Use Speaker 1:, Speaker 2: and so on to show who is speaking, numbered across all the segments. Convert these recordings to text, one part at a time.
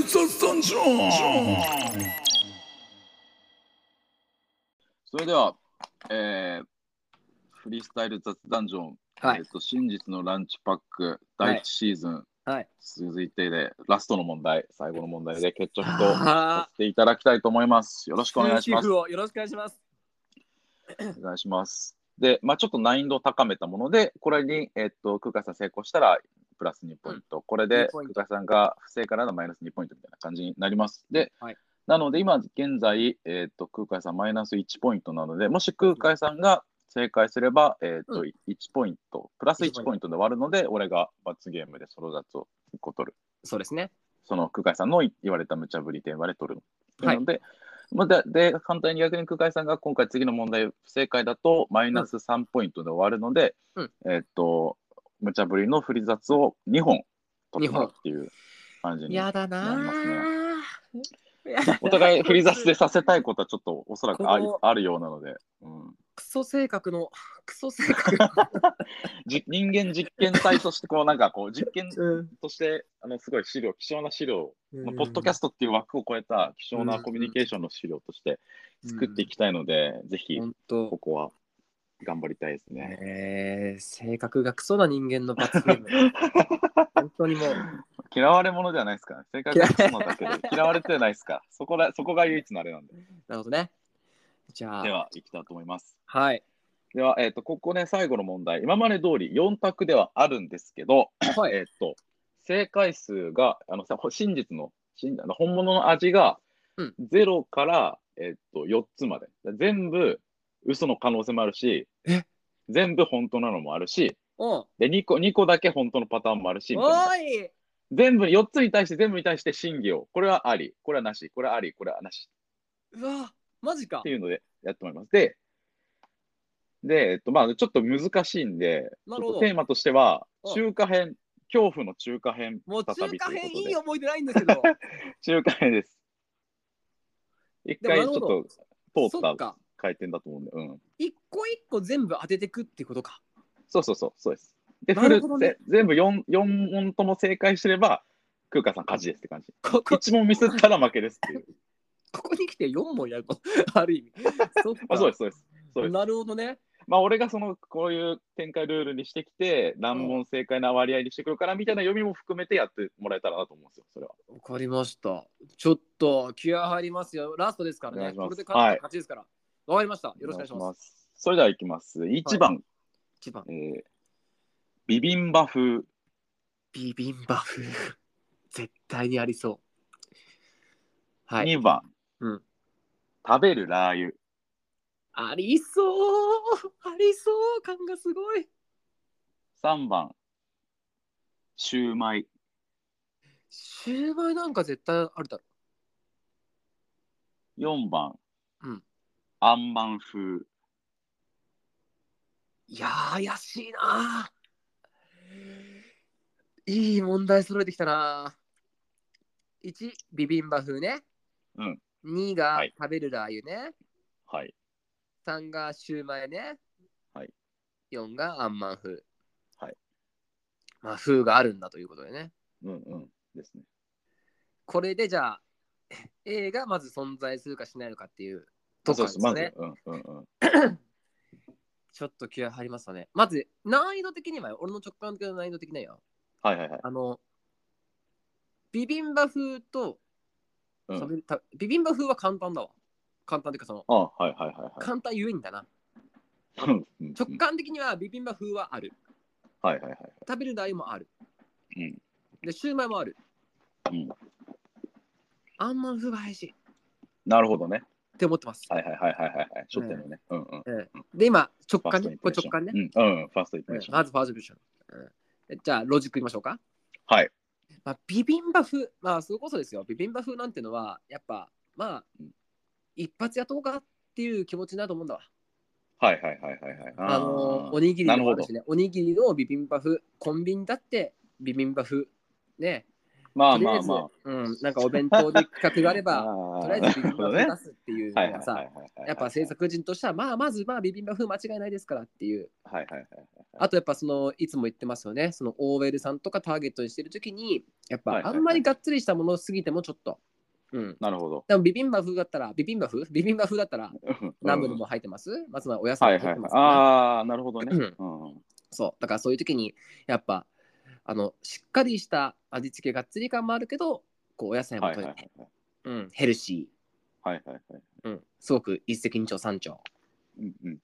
Speaker 1: ジョーン
Speaker 2: それでは、えー、フリースタイル雑ダンジョン、
Speaker 3: はい
Speaker 2: えっと真実のランチパック第1シーズン、
Speaker 3: はい
Speaker 2: 続いてでラストの問題、最後の問題で決着と
Speaker 3: あー
Speaker 2: させていただきたいと思います。よろしくお願いします。
Speaker 3: をよろしくお願いします。
Speaker 2: お願いします。で、まあ、ちょっと難易度を高めたもので、これに、えっと、空海さん成功したら、プラス2ポイント。これで
Speaker 3: 2、ポイ
Speaker 2: 空
Speaker 3: ント
Speaker 2: 海さんが不正からのマイナス2ポイントみたいな感じになります。で、
Speaker 3: はい
Speaker 2: なので、今現在、えっと、空海さんマイナス1ポイントなので、もし空海さんが正解すれば、えっと、
Speaker 3: う
Speaker 2: 1ポイント、プラス1
Speaker 3: 1
Speaker 2: ポイントで割るので、俺が罰ゲームでソロ雑を1個取る。
Speaker 3: そうですね。
Speaker 2: その空海さんの言われた無茶ぶり電話で取るの。
Speaker 3: はい
Speaker 2: なので、まあ、でで反対に逆に空海さんが今回次の問題不正解だとマイナス3ポイントで終わるので、
Speaker 3: うん
Speaker 2: えーっと、無茶ぶりの振り雑を2本取ったっていう感じに。
Speaker 3: だ
Speaker 2: なりますね
Speaker 3: ぁ。やだ
Speaker 2: お互い振り雑でさせたいことはちょっとおそらくあり
Speaker 3: こ
Speaker 2: あるようなので、うん、
Speaker 3: クソ性格の、クソ性格。
Speaker 2: じ人間実験体としてこうなんかこう実験
Speaker 3: うん
Speaker 2: としてあのすごい資料貴重な資料をまあ、ポッドキャストっていう枠を超えた貴重なコミュニケーションの資料として作っていきたいので、ぜひ
Speaker 3: 本
Speaker 2: こ
Speaker 3: 当。
Speaker 2: こは頑張りたいですね。
Speaker 3: えー、性格がクソな人間の罰ゲーム。本当にもう、
Speaker 2: 嫌われ者ではないですから、正解がそうなだ けで嫌われてはないですから、そこらそこが唯一のあれなんで。
Speaker 3: なるほどね。じゃあ、
Speaker 2: では、いきたいと思います。
Speaker 3: はい。
Speaker 2: では、えっとここね、最後の問題、今まで通り4択ではあるんですけど、
Speaker 3: はい
Speaker 2: えっと正解数があのさ真実の真あの本物の味が
Speaker 3: うん
Speaker 2: 0から、えっと4つまで全部嘘の可能性もあるし
Speaker 3: え
Speaker 2: 全部本当なのもあるし
Speaker 3: おう
Speaker 2: で 2, 個2個だけ本当のパターンもあるしみたいな
Speaker 3: おい
Speaker 2: 全部4つに対して全部に対して審議をこれはありこれはなしこれはありこれはなし
Speaker 3: うわマジか
Speaker 2: っていうのでやってもらいます。で、で、えっと、まあちょっと難しいんで、ちょ
Speaker 3: な
Speaker 2: っ
Speaker 3: るほど
Speaker 2: とテーマとしては
Speaker 3: う、ん
Speaker 2: 中華編、恐怖の中華編、
Speaker 3: もう中
Speaker 2: 再び
Speaker 3: 華
Speaker 2: という
Speaker 3: 編
Speaker 2: こと
Speaker 3: い
Speaker 2: で
Speaker 3: い思い出ないんです けど。
Speaker 2: 中華編です。一回ち
Speaker 3: で
Speaker 2: ょっ
Speaker 3: もなるほど
Speaker 2: と通
Speaker 3: そ
Speaker 2: っ
Speaker 3: ったか。
Speaker 2: 回転だと思うんで、うん。
Speaker 3: 一個一個全部当ててくってことか。
Speaker 2: そうそうそう、そうです。で、
Speaker 3: な
Speaker 2: フ
Speaker 3: る
Speaker 2: ル
Speaker 3: ほど、ね
Speaker 2: ぜ全部 4, 4問とも正解してれば、空海さん勝ちですって感じ。
Speaker 3: ここ
Speaker 2: 1問ミスったら負けですっていう。
Speaker 3: ここに来て4問やるの ある意味。そっか
Speaker 2: あそうです、そうです。そうです
Speaker 3: なるほどね。
Speaker 2: まあ、俺がそのこういう展開ルールにしてきて、難問正解な割合にしてくるからみたいな読みも含めてやってもらえたらなと思うんですよ、それは。
Speaker 3: わかりました。ちょっと気合入りますよ。ラストですから
Speaker 2: お願い
Speaker 3: ね。
Speaker 2: します
Speaker 3: これで勝ったら勝ちですから。わ、かりました。よろしくお願いします。
Speaker 2: す。それではいきます。1番、
Speaker 3: 一番。
Speaker 2: えービビンバ風、
Speaker 3: ビビンバ風。 絶対にありそう。はい。
Speaker 2: 2番、
Speaker 3: うん
Speaker 2: 食べるラー油、
Speaker 3: ありそうありそう感がすごい
Speaker 2: 3番、シューマイ、
Speaker 3: シューマイなんか絶対あるだろ。
Speaker 2: 4番、
Speaker 3: うん
Speaker 2: あんまん風、
Speaker 3: いやー、怪しいなーいい問題揃えてきたなー1、ビビンバ風ね。
Speaker 2: うん
Speaker 3: 2が
Speaker 2: はい
Speaker 3: 食べるラー油ね。
Speaker 2: はい、
Speaker 3: 3がシューマイね。
Speaker 2: はい
Speaker 3: 4がアンマン風。
Speaker 2: はい。
Speaker 3: まあ、風があるんだということでね。
Speaker 2: うんうんですね。
Speaker 3: これでじゃあ、A がまず存在するかしないのかっていうと
Speaker 2: あ
Speaker 3: こ
Speaker 2: そう
Speaker 3: ろ
Speaker 2: で、
Speaker 3: ですすよ
Speaker 2: ま
Speaker 3: ね
Speaker 2: ず、。うんうんうん、
Speaker 3: ちょっと気合入りましたね。まず、難易度的にはよ、俺の直感的な難易度的にはよ。
Speaker 2: はいはいはい。
Speaker 3: あの、ビビンバ風と、
Speaker 2: うん
Speaker 3: 食べたビビンバ風は簡単だわ。簡単っていうか、その、
Speaker 2: あはいはいはいはい
Speaker 3: 簡単ゆえにだな。
Speaker 2: うんうん。
Speaker 3: 直感的にはビビンバ風はある。
Speaker 2: はいはいはい。
Speaker 3: 食べるラー油もある。
Speaker 2: うん
Speaker 3: で、シューマイもある。
Speaker 2: うん
Speaker 3: アンマン風が怪しいっ
Speaker 2: なるほどね。
Speaker 3: て思ってます。
Speaker 2: はいはいはいはいはいはい。商店のね。うんうん。
Speaker 3: で、今、直
Speaker 2: ファー
Speaker 3: 感
Speaker 2: ストイ
Speaker 3: ね
Speaker 2: ン。プ
Speaker 3: こ
Speaker 2: レ
Speaker 3: れ
Speaker 2: ッシ
Speaker 3: 直
Speaker 2: ョ
Speaker 3: 感
Speaker 2: ン。
Speaker 3: ね。
Speaker 2: うんうん。ファーストインプ
Speaker 3: う
Speaker 2: レ
Speaker 3: ん
Speaker 2: ッション。
Speaker 3: まずファーストビューション。うんじゃあ、ロジックいきましょうか。
Speaker 2: はい。
Speaker 3: まあ、ビビンバ風、まあ、それこそですよ。ビビンバ風なんてのは、やっぱ、まあ
Speaker 2: うん、
Speaker 3: 一発やっとこうかっていう気持ちになると思うんだわ。
Speaker 2: はいはいはいはいはい。
Speaker 3: あのーお
Speaker 2: ー
Speaker 3: にぎりの話ね。おにぎりのビビンバ風、コンビニだってビビンバ風。ね。
Speaker 2: まあ
Speaker 3: とり
Speaker 2: ま
Speaker 3: あえ
Speaker 2: あ
Speaker 3: ず、
Speaker 2: ま
Speaker 3: うん、なんかお弁当で企画があれ
Speaker 2: あ。
Speaker 3: ば、
Speaker 2: ー
Speaker 3: とりあえずビビ
Speaker 2: な
Speaker 3: ンバ風
Speaker 2: るほど
Speaker 3: 出すっていう
Speaker 2: はいは
Speaker 3: の
Speaker 2: い
Speaker 3: は
Speaker 2: はいは
Speaker 3: さ、
Speaker 2: いはい。
Speaker 3: やっぱ制作人としては、まあ、まずまあビビンバ風間違いないですからっていう。
Speaker 2: はいはいはいはい。
Speaker 3: あとやっぱそのいつも言ってますよね、そのオーウェルさんとかターゲットにしてるときに、やっ
Speaker 2: はい
Speaker 3: ぱ
Speaker 2: はいは
Speaker 3: あ
Speaker 2: い
Speaker 3: んまりがっつりしたものすぎてもちょっとうん。
Speaker 2: なるほど。
Speaker 3: でもビビンバ風だったら、ビビンバ風ビビンバ風だったら、ナムルも入ってます、まあつまりお野
Speaker 2: はい
Speaker 3: 菜も入
Speaker 2: はいは
Speaker 3: って
Speaker 2: い
Speaker 3: ま。すよね、
Speaker 2: ああ、なるほどね。
Speaker 3: うん
Speaker 2: うん
Speaker 3: そう。だからそういう時に、やっぱ、あの、しっかりした味付けがっつり感もあるけど、こう、お野菜も
Speaker 2: はい
Speaker 3: 取
Speaker 2: はい
Speaker 3: れ
Speaker 2: は
Speaker 3: て、
Speaker 2: い。
Speaker 3: うん、ヘルシ
Speaker 2: はいはいはい。
Speaker 3: ー、うん、すごく一石二鳥三鳥っ
Speaker 2: うんうん。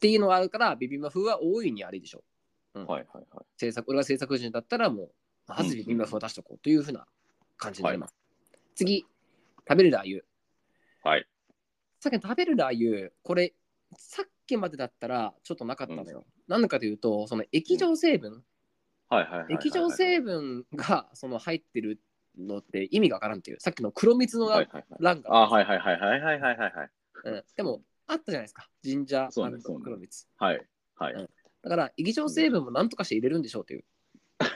Speaker 3: ていうのがあるから、ビビンバ風は大いにありでしょ。
Speaker 2: はいはいはい。
Speaker 3: 制作俺が制作人だったらもう、まずビビンバ風を出しとこうというふうな感じになります。次、食べるラー油。
Speaker 2: はい。
Speaker 3: さっきの食べるラー油、これ、さっきまでだったらちょっとなかったのよ。なんでかというと、その液状成分、
Speaker 2: はいはいはいはい。
Speaker 3: 液状成分がその入ってるのって意味がわからんっていう、さっきの黒蜜の
Speaker 2: は
Speaker 3: ラ
Speaker 2: いはいはい。
Speaker 3: ランが、
Speaker 2: あーはいはいはいはいはいはいはいはい。
Speaker 3: うんでもあったじゃないですか、ジンジャ
Speaker 2: そ
Speaker 3: ー
Speaker 2: うねそうね
Speaker 3: 黒蜜。
Speaker 2: はいはい。
Speaker 3: うんだから液状成分もなんとかして入れるんでしょうという。
Speaker 2: は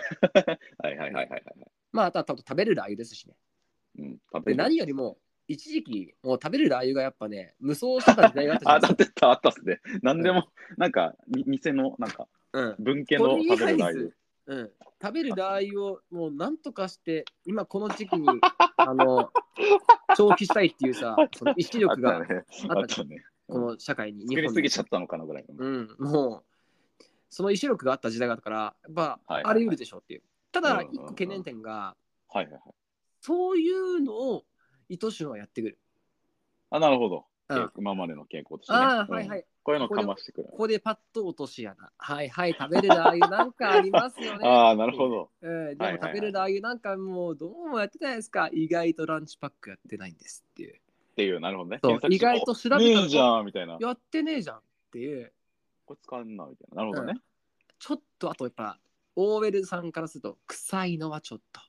Speaker 2: いはいはいはいはい。
Speaker 3: まあ、あとは多分食べるラー油ですしね。
Speaker 2: うん。食べる
Speaker 3: で何よりも一時期もう食べるラー油がやっぱね無双してた時代があったじゃ
Speaker 2: あ、
Speaker 3: な
Speaker 2: だ
Speaker 3: い
Speaker 2: っ
Speaker 3: で
Speaker 2: てたあったっすね。なんでも、なんか、み店の、なんか、
Speaker 3: すか。うん
Speaker 2: 文系
Speaker 3: こ
Speaker 2: の
Speaker 3: れ以
Speaker 2: 食べるラ
Speaker 3: 外
Speaker 2: ー油
Speaker 3: ず。、うん、食べるラー油をもうなんとかして今この時期に あの消費したいってい うさその意志力
Speaker 2: あ
Speaker 3: が
Speaker 2: ったね。
Speaker 3: あ
Speaker 2: あ
Speaker 3: っ
Speaker 2: った
Speaker 3: じ
Speaker 2: た
Speaker 3: ゃ
Speaker 2: ね。
Speaker 3: この社会に
Speaker 2: 作りすぎちゃ
Speaker 3: っ
Speaker 2: ったのかなぐらいの。
Speaker 3: うんもうその意志力があった時代があったからやっぱ
Speaker 2: はいはいはい
Speaker 3: あり得るでしょうっていうた
Speaker 2: うん
Speaker 3: だ
Speaker 2: うんうん
Speaker 3: 一個懸念点が
Speaker 2: はいはいはい。
Speaker 3: そういうのを糸種はやってくる
Speaker 2: あ、なるほど。
Speaker 3: うん
Speaker 2: 今までの傾向としてね。
Speaker 3: ああはい
Speaker 2: うん
Speaker 3: はい
Speaker 2: こういうのかましてくる
Speaker 3: こ。こでパッと落とし穴はいはい食べるラー 油なんかありますよね
Speaker 2: ああ、なるほど。
Speaker 3: うん、でも食べるラー油なんかもうどうもやってないですか、意外とランチパックやってないんですっていう。
Speaker 2: っていう、なるほどね。
Speaker 3: そう
Speaker 2: 検索
Speaker 3: 意外と調べ
Speaker 2: して
Speaker 3: たら
Speaker 2: ねえじゃんみたいな。
Speaker 3: やってねえじゃんっていう、
Speaker 2: これ使えんなみたいな。なるほどね。
Speaker 3: ちょっとあとやっぱ、オーウェルさんからすると、臭いのはちょっと。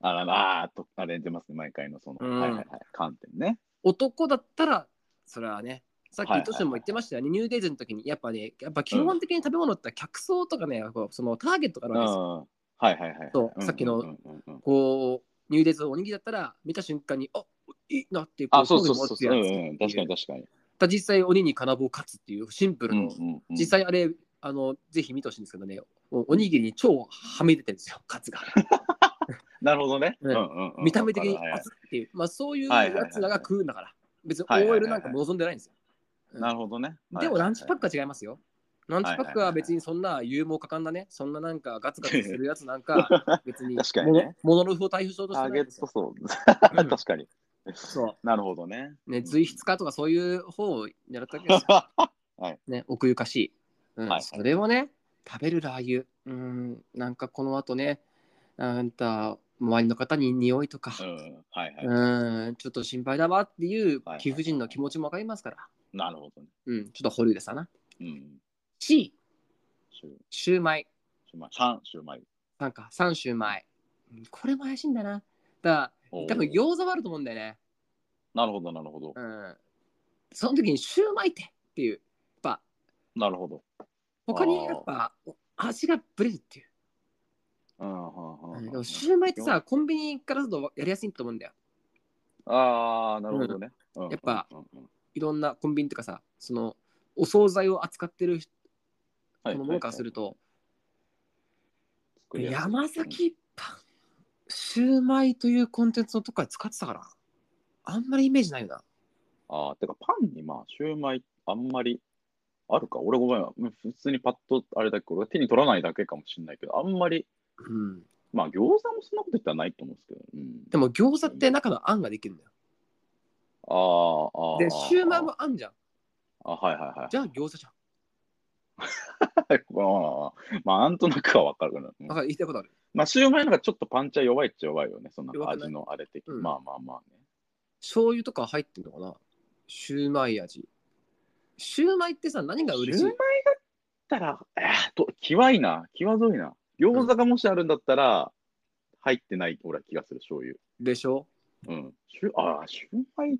Speaker 2: あらら、あーっと、あれ出ますね。毎回のその、
Speaker 3: うん
Speaker 2: はいはいはい。観点ね。
Speaker 3: 男だったら、それはね、さっ
Speaker 2: はい
Speaker 3: きトシも言ってましたよね、ニューデイズの時に、やっぱね、やっぱ基本的に食べ物って客層とかね、こうそのターゲットがあ
Speaker 2: う
Speaker 3: る
Speaker 2: ん。
Speaker 3: わけですよ。
Speaker 2: はいはいはい。
Speaker 3: そうん
Speaker 2: んんん
Speaker 3: さっきの
Speaker 2: うんうん
Speaker 3: こう、ニューデイズのおにぎりだったら、見た瞬間に、あいいなっていう、こ
Speaker 2: あ、そうそうそう
Speaker 3: 興
Speaker 2: そう。
Speaker 3: 味
Speaker 2: う
Speaker 3: 持
Speaker 2: ん
Speaker 3: つやつ
Speaker 2: うん。確かに確かに。
Speaker 3: だ実際鬼に金棒勝つっていうシンプル
Speaker 2: うん
Speaker 3: の
Speaker 2: うんうん
Speaker 3: 実際あれあのぜひ見てほしいんですけどねおおにぎりに超はみ出てるんですよカツが
Speaker 2: なるほどね。
Speaker 3: うん
Speaker 2: ん
Speaker 3: 見た目的に
Speaker 2: わかる
Speaker 3: カツっていうまあそういう
Speaker 2: はいはいはい
Speaker 3: やつらが食うんだから別に
Speaker 2: はいはいはい
Speaker 3: OL なんか望んでないんですようん
Speaker 2: なるほどね。
Speaker 3: でもランチパッ
Speaker 2: ク
Speaker 3: クは違いますよランチパックは別にそんな勇猛果敢だねそんななんかガツガツするやつなん か別に
Speaker 2: 確かにね
Speaker 3: モノルフを対象とし
Speaker 2: ター
Speaker 3: てな
Speaker 2: ゲ
Speaker 3: いんで
Speaker 2: ッ
Speaker 3: す
Speaker 2: ト
Speaker 3: よ
Speaker 2: そう。
Speaker 3: うん
Speaker 2: 確かに。
Speaker 3: そ
Speaker 2: なるほどね。
Speaker 3: うね随筆家とかそういう方を狙ったわけです よね、奥ゆかしい。うん
Speaker 2: はい
Speaker 3: それをね、食べるラー油。うん、なんかこの後ね、なんか周りの方に匂いとか
Speaker 2: う、ん。はいはい。
Speaker 3: うん、ちょっと心配だわっていう
Speaker 2: はいはい
Speaker 3: 貴婦人の気持ちもわかりますから、
Speaker 2: なるほどね。
Speaker 3: うん、ちょっと保留ですわな。
Speaker 2: うん。
Speaker 3: C、
Speaker 2: シュ
Speaker 3: シューマイ。
Speaker 2: シュウマイ。三シュウマイ。
Speaker 3: なんか3シューマイ。うんこれも怪しいんだな。だ
Speaker 2: おー
Speaker 3: 多分餃子はあると思うんだよね。
Speaker 2: なるほど、なるほど
Speaker 3: う。ん。その時にシューマイってっていう、やっぱ
Speaker 2: なるほど。
Speaker 3: 他にやっぱ味がブレるっていう。
Speaker 2: うんうんうんう
Speaker 3: う
Speaker 2: んん
Speaker 3: でもシューマイってさ、コンビニからするとやりやすいと思うんだよ。
Speaker 2: ああ、なるほどね。うん
Speaker 3: やっぱ、
Speaker 2: うんうんうん
Speaker 3: いろんなコンビニとかさ、そのお惣菜を扱ってる人
Speaker 2: は
Speaker 3: のものからすると、
Speaker 2: いはいはい
Speaker 3: 山崎パン、シューマイというコンテンツのとこから使ってたから、あんまりイメージないよな。
Speaker 2: ああ、てかパンにまあ、シューマイあんまりあるか。俺ごめん。普通にパッとあれだけど、俺は手に取らないだけかもしれないけど、あんまり、
Speaker 3: うん、
Speaker 2: まあ餃子もそんなこと言ったらないと思うんですけど。うん、
Speaker 3: でも餃子って中のあんができるんだよ。
Speaker 2: ああ、ああ。
Speaker 3: で、シューマイ
Speaker 2: も。
Speaker 3: もあんじゃん。
Speaker 2: あはいはいはい。
Speaker 3: じゃあ餃子じゃ
Speaker 2: まあまあまあ、まあ、なんとなくはわかるかな。うん
Speaker 3: ん。だから言いたいことある。
Speaker 2: まあ、シューマイの方がちょっとパンチは弱いっちゃ弱いよね。その
Speaker 3: 弱くない
Speaker 2: 味のあれ的に。
Speaker 3: うん
Speaker 2: まあまあまあね。
Speaker 3: 醤油とか入ってるのかなシューマイ味。シューマイってさ、何が嬉し
Speaker 2: シ
Speaker 3: い
Speaker 2: ューマイだったら、えー、と、際いな、際どいな。餃子がもしあるんだったら、入ってない、俺は気がする、醤油。
Speaker 3: でしょ
Speaker 2: うん。シュああ、シューマイ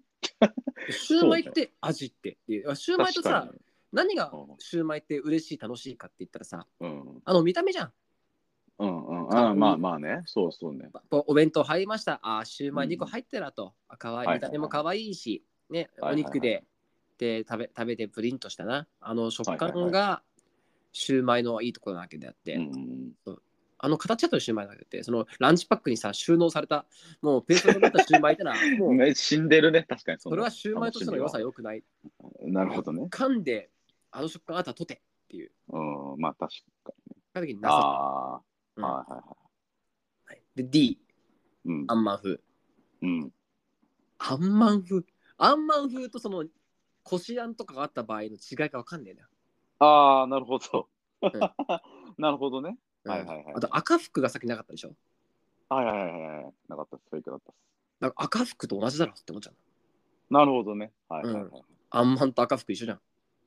Speaker 3: シューマイって味ってっていう。シューマイと
Speaker 2: 確
Speaker 3: さ
Speaker 2: か、に。
Speaker 3: 何が
Speaker 2: うん
Speaker 3: シューマイって嬉しい楽しいかって言ったらさ
Speaker 2: うん。
Speaker 3: あの見た目じゃん
Speaker 2: うんうん。
Speaker 3: あ
Speaker 2: あまあまあね。そうそうね。
Speaker 3: ばばお弁当入りましたあーシューマイ
Speaker 2: うん
Speaker 3: 2個入ってると、あかわいい
Speaker 2: はい
Speaker 3: 見た目もかわいいし、ね、
Speaker 2: はい
Speaker 3: お肉
Speaker 2: は
Speaker 3: で、
Speaker 2: い
Speaker 3: で食べ食べてプリンとしたなあの食
Speaker 2: はいはい
Speaker 3: 感がシューマイのいいところなわけであって、
Speaker 2: うん。
Speaker 3: あの形だとシューマイだけて、そのランチパックにさ、収納された、もうペーストになったシューマイって のは、もう、
Speaker 2: ね、死んでるね、確かにそ
Speaker 3: それはシューマイとしての良さ良くない。
Speaker 2: なるほどね。
Speaker 3: 噛んで、あの食感あったとて、
Speaker 2: うん、まあ確かに。
Speaker 3: その時になさ
Speaker 2: ああ、
Speaker 3: うん
Speaker 2: はいはいは
Speaker 3: はいで、D、
Speaker 2: い。うん
Speaker 3: ア。ンマン風。
Speaker 2: うん、
Speaker 3: アンマン風アンマン風とその、こしあんとかがあった場合の違いがわかんねえな。
Speaker 2: ああ、なるほど
Speaker 3: ん。
Speaker 2: なるほどね。
Speaker 3: うん
Speaker 2: はいはいはい
Speaker 3: あと赤服が先なかったでしょ
Speaker 2: はいはいはいはい。なかったっす、フェイクだったっす。
Speaker 3: なんか赤服と同じだろって思っちゃう
Speaker 2: なるほどね。はいはいはい。
Speaker 3: うんアンマンと赤服一緒じゃん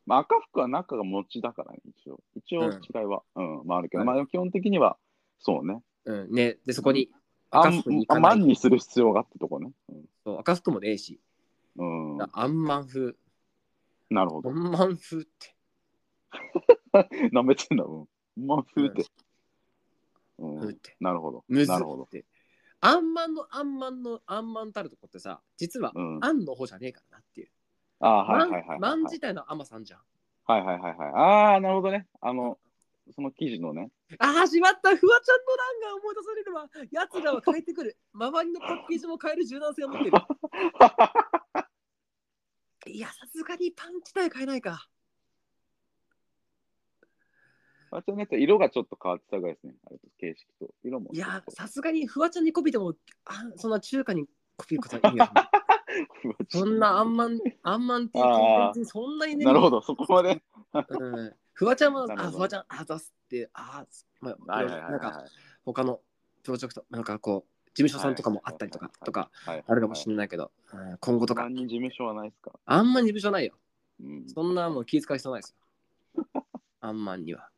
Speaker 2: まあ、赤服は中が餅だからね、一応。一応
Speaker 3: うん
Speaker 2: 違いは、うん、まああるけど、
Speaker 3: はい
Speaker 2: まあでも基本的には、そうね。
Speaker 3: うんねでそこに
Speaker 2: あ
Speaker 3: 赤
Speaker 2: ん
Speaker 3: 服に行、
Speaker 2: あ
Speaker 3: かな
Speaker 2: マ
Speaker 3: い
Speaker 2: ンにする必要があってとこね。
Speaker 3: と赤服もねえし、
Speaker 2: うん。うん、
Speaker 3: アンマン風
Speaker 2: なるほ
Speaker 3: ア
Speaker 2: ど。
Speaker 3: ンマン風って
Speaker 2: なめてんだ、うん。マン風って。うん。
Speaker 3: 風って
Speaker 2: なるほど。
Speaker 3: むず
Speaker 2: な
Speaker 3: っ
Speaker 2: るほど。
Speaker 3: てアンマンのアンマンのアンマンたるとこってさ実は
Speaker 2: うん。
Speaker 3: アンの方じゃねえからなっていう
Speaker 2: ああ、
Speaker 3: マ
Speaker 2: は
Speaker 3: ン
Speaker 2: いはいはい。
Speaker 3: マン自体の甘さんじゃん
Speaker 2: はいはいはいはい。ああ、なるほどね。あの、その記事のね。
Speaker 3: ああしまったフワちゃんの欄が思い出されるわやつらは変えてくる 周りのパッケージも変える柔軟性を持 ってるいやさすがにパン自体変えないか
Speaker 2: あちょっとね色がちょっと変わってたぐらいですね。あれと形式と。色も。
Speaker 3: いや、 さすがにフワちゃんにコピーでも、あそんな中華にコピーこと は意味がない。そんなあん
Speaker 2: ま。
Speaker 3: まん、あんまんっていうコンテンツにそんなにね、
Speaker 2: なるほど、そこまで。
Speaker 3: うん、フワちゃんは、
Speaker 2: なるほ
Speaker 3: あ、
Speaker 2: ど
Speaker 3: フワちゃん、あ、出すって、あ、まあ、
Speaker 2: はいはいはいはい。
Speaker 3: なんか他のプロジェクト、なんかこう、事務所さんとかもあったりとか
Speaker 2: はい、はい
Speaker 3: とか、
Speaker 2: はいはい、
Speaker 3: あるかもし
Speaker 2: ない。
Speaker 3: れないけど、うん今後とか
Speaker 2: 何、人事務所はないですか
Speaker 3: あんまん事務所ないよ。
Speaker 2: うん。
Speaker 3: そんなもう気遣いそうないですよ。 あんまんには。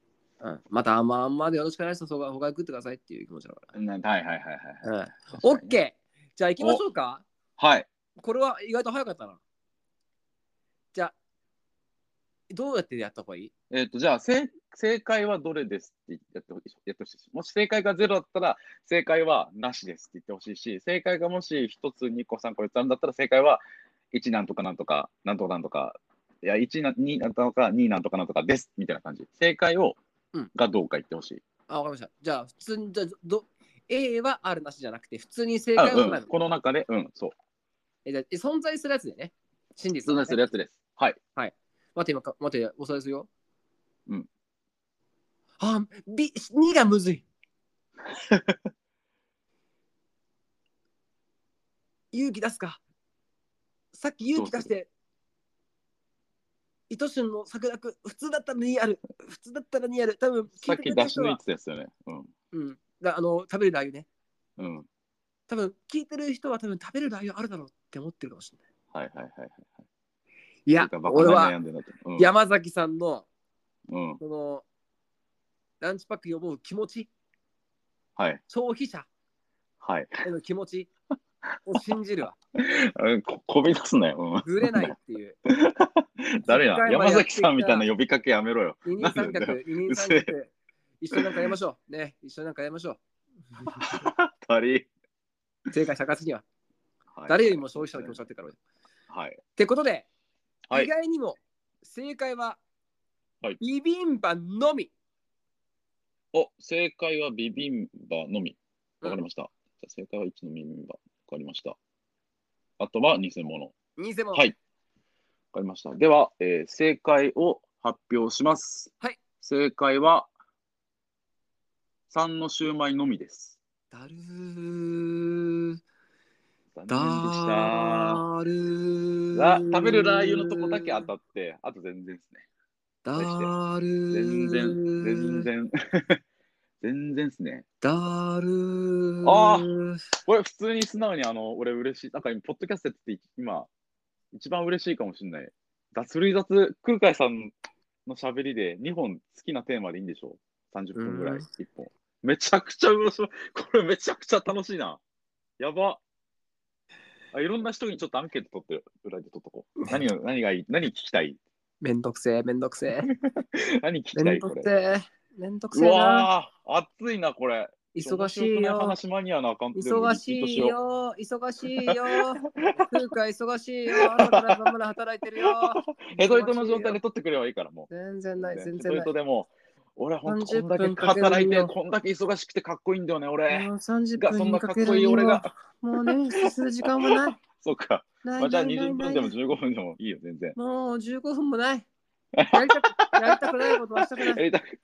Speaker 3: うん、またあんまんあんまんでよろしくお願いします。そこは他に食ってくださいっていう気持ちだか
Speaker 2: なはいはいはいはい
Speaker 3: ら。うん、
Speaker 2: はい。
Speaker 3: オッケーじゃあ行きましょうか
Speaker 2: ー。はい。
Speaker 3: これは意外と早かったな。じゃあ、どうやってやった方がいい
Speaker 2: えっ、と、じゃあ、正正解はどれですってやってほしいやってほしいです。もし正解がゼロだったら、正解はなしですって言ってほしいし、正解がもし1つ、2個、3個、4つあるんだったら、正解は1なんとかなんとか、なんとかなんとか、いや、1な、2なんとか、2なんとかなんとかですみたいな感じ。正解を、
Speaker 3: うん
Speaker 2: がどうか言ってほしい。
Speaker 3: あ、わかりました。じゃあ、普通に、じゃあど A はあるなしじゃなくて、普通に正
Speaker 2: あ
Speaker 3: 解は
Speaker 2: う
Speaker 3: ない
Speaker 2: ん、この中で、うん、そう。
Speaker 3: えじゃあえ存在するやつでね。真実、
Speaker 2: 存在するやつです。はい。
Speaker 3: 待って、今か、待って、おさえですよ。
Speaker 2: うん。
Speaker 3: あ、B、2がむずい。勇気出すか。さっき勇気出して。糸旬の策略、普通だったら2ある。普通だったら2ある。多分
Speaker 2: さっき出し抜い
Speaker 3: は、
Speaker 2: てたやつだよね。うん。
Speaker 3: うん、だあの食べるラー油ね。
Speaker 2: うん。
Speaker 3: 多分聞いてる人は多分食べるラー油あるだろうって思ってるかもしれない。
Speaker 2: はいはいはいはい。
Speaker 3: いや
Speaker 2: てか、バカ
Speaker 3: 俺
Speaker 2: な
Speaker 3: は
Speaker 2: 悩んでるなと。うん。
Speaker 3: 山崎さんの
Speaker 2: うん。
Speaker 3: そのランチパックに思う気持ち、
Speaker 2: はい。
Speaker 3: 消費者
Speaker 2: はい。
Speaker 3: への気持ちを信じるわ。
Speaker 2: うんここび出すなよ。うん。
Speaker 3: ずれないっていう。
Speaker 2: 誰や
Speaker 3: 10回まで
Speaker 2: 山
Speaker 3: やって
Speaker 2: 崎
Speaker 3: きた
Speaker 2: さんみたいな呼びかけやめろよ。
Speaker 3: 二人三
Speaker 2: なん
Speaker 3: 脚、二人三
Speaker 2: う
Speaker 3: 脚。一緒になんかやりましょう。ね、一緒になんかやりましょ
Speaker 2: 誰、
Speaker 3: う。正解した勝ちには。
Speaker 2: はい
Speaker 3: 誰よりも消費者の気持ちだってるから俺。っ
Speaker 2: はい。
Speaker 3: てことで、
Speaker 2: はい
Speaker 3: 意外にも正解は、
Speaker 2: はい
Speaker 3: ビビンバのみ。
Speaker 2: お、正解はビビンバのみ。わかり
Speaker 3: うん
Speaker 2: ました。じゃあ正解は1のビビンバ。わかりました。あとは偽物。わ
Speaker 3: 偽物。
Speaker 2: はいかりました。では、えー正解を発表します。
Speaker 3: はい。
Speaker 2: 正解は3のシューマイのみです。
Speaker 3: だるー。
Speaker 2: 残念
Speaker 3: だ
Speaker 2: でした。
Speaker 3: ーるー。
Speaker 2: ら食べるラー油のとこだけ当たって、あと全然ですね。
Speaker 3: だるー。
Speaker 2: 全然、全。然、 全然ですね。
Speaker 3: だるー。
Speaker 2: あこれ普通に素直にあの、俺嬉しい。なんか今、ポッドキャストやってて今、一番嬉しいかもしれない。脱類脱、空海さんの喋りで2本好きなテーマでいいんでしょ ?30 分ぐらい、
Speaker 3: うん
Speaker 2: 1本。めちゃくちゃ面白い。これめちゃくちゃ楽しいな。やば。あいろんな人にちょっとアンケート取ってる裏で取っとこ う。何が、何がいい何聞きたい
Speaker 3: めんどくせえ、めんどくせえ。
Speaker 2: 何聞きた
Speaker 3: めん
Speaker 2: い
Speaker 3: ど
Speaker 2: こ
Speaker 3: く
Speaker 2: れ
Speaker 3: せ。え。めんどく
Speaker 2: う
Speaker 3: せえな。
Speaker 2: わー、熱いな、これ。
Speaker 3: 忙し
Speaker 2: 面白
Speaker 3: い
Speaker 2: くない
Speaker 3: よ。
Speaker 2: 話マニアのアカウントでも
Speaker 3: 忙
Speaker 2: リツイー
Speaker 3: し
Speaker 2: トよ
Speaker 3: い
Speaker 2: う。
Speaker 3: よ。忙しいよ。空海忙しいよ。朝から晩まで働いてるよ。
Speaker 2: ヘトリトの状態で取ってくればいいから、もう。
Speaker 3: 全然ない、
Speaker 2: ヘ
Speaker 3: 全
Speaker 2: ト
Speaker 3: 然な
Speaker 2: リ
Speaker 3: い
Speaker 2: ト。でも、俺はほんと
Speaker 3: 30
Speaker 2: こんだけ
Speaker 3: 分かける
Speaker 2: 働いて、
Speaker 3: よ
Speaker 2: こんだけ忙しくてかっこいいんだよね、俺。
Speaker 3: もう30
Speaker 2: が、そ
Speaker 3: 分
Speaker 2: んな
Speaker 3: に
Speaker 2: か
Speaker 3: か
Speaker 2: っ
Speaker 3: け
Speaker 2: こ
Speaker 3: る
Speaker 2: いい
Speaker 3: に
Speaker 2: 俺
Speaker 3: は
Speaker 2: が。
Speaker 3: もうね、する時間もない。
Speaker 2: そうか。
Speaker 3: な
Speaker 2: ま
Speaker 3: い
Speaker 2: あ、じゃ
Speaker 3: な
Speaker 2: あ
Speaker 3: いな
Speaker 2: 20
Speaker 3: いな
Speaker 2: 分
Speaker 3: い
Speaker 2: でも15分でもいいよ、全然。
Speaker 3: もう15分もない。やりたくやりたくないことはし たくな
Speaker 2: や
Speaker 3: い。
Speaker 2: りたく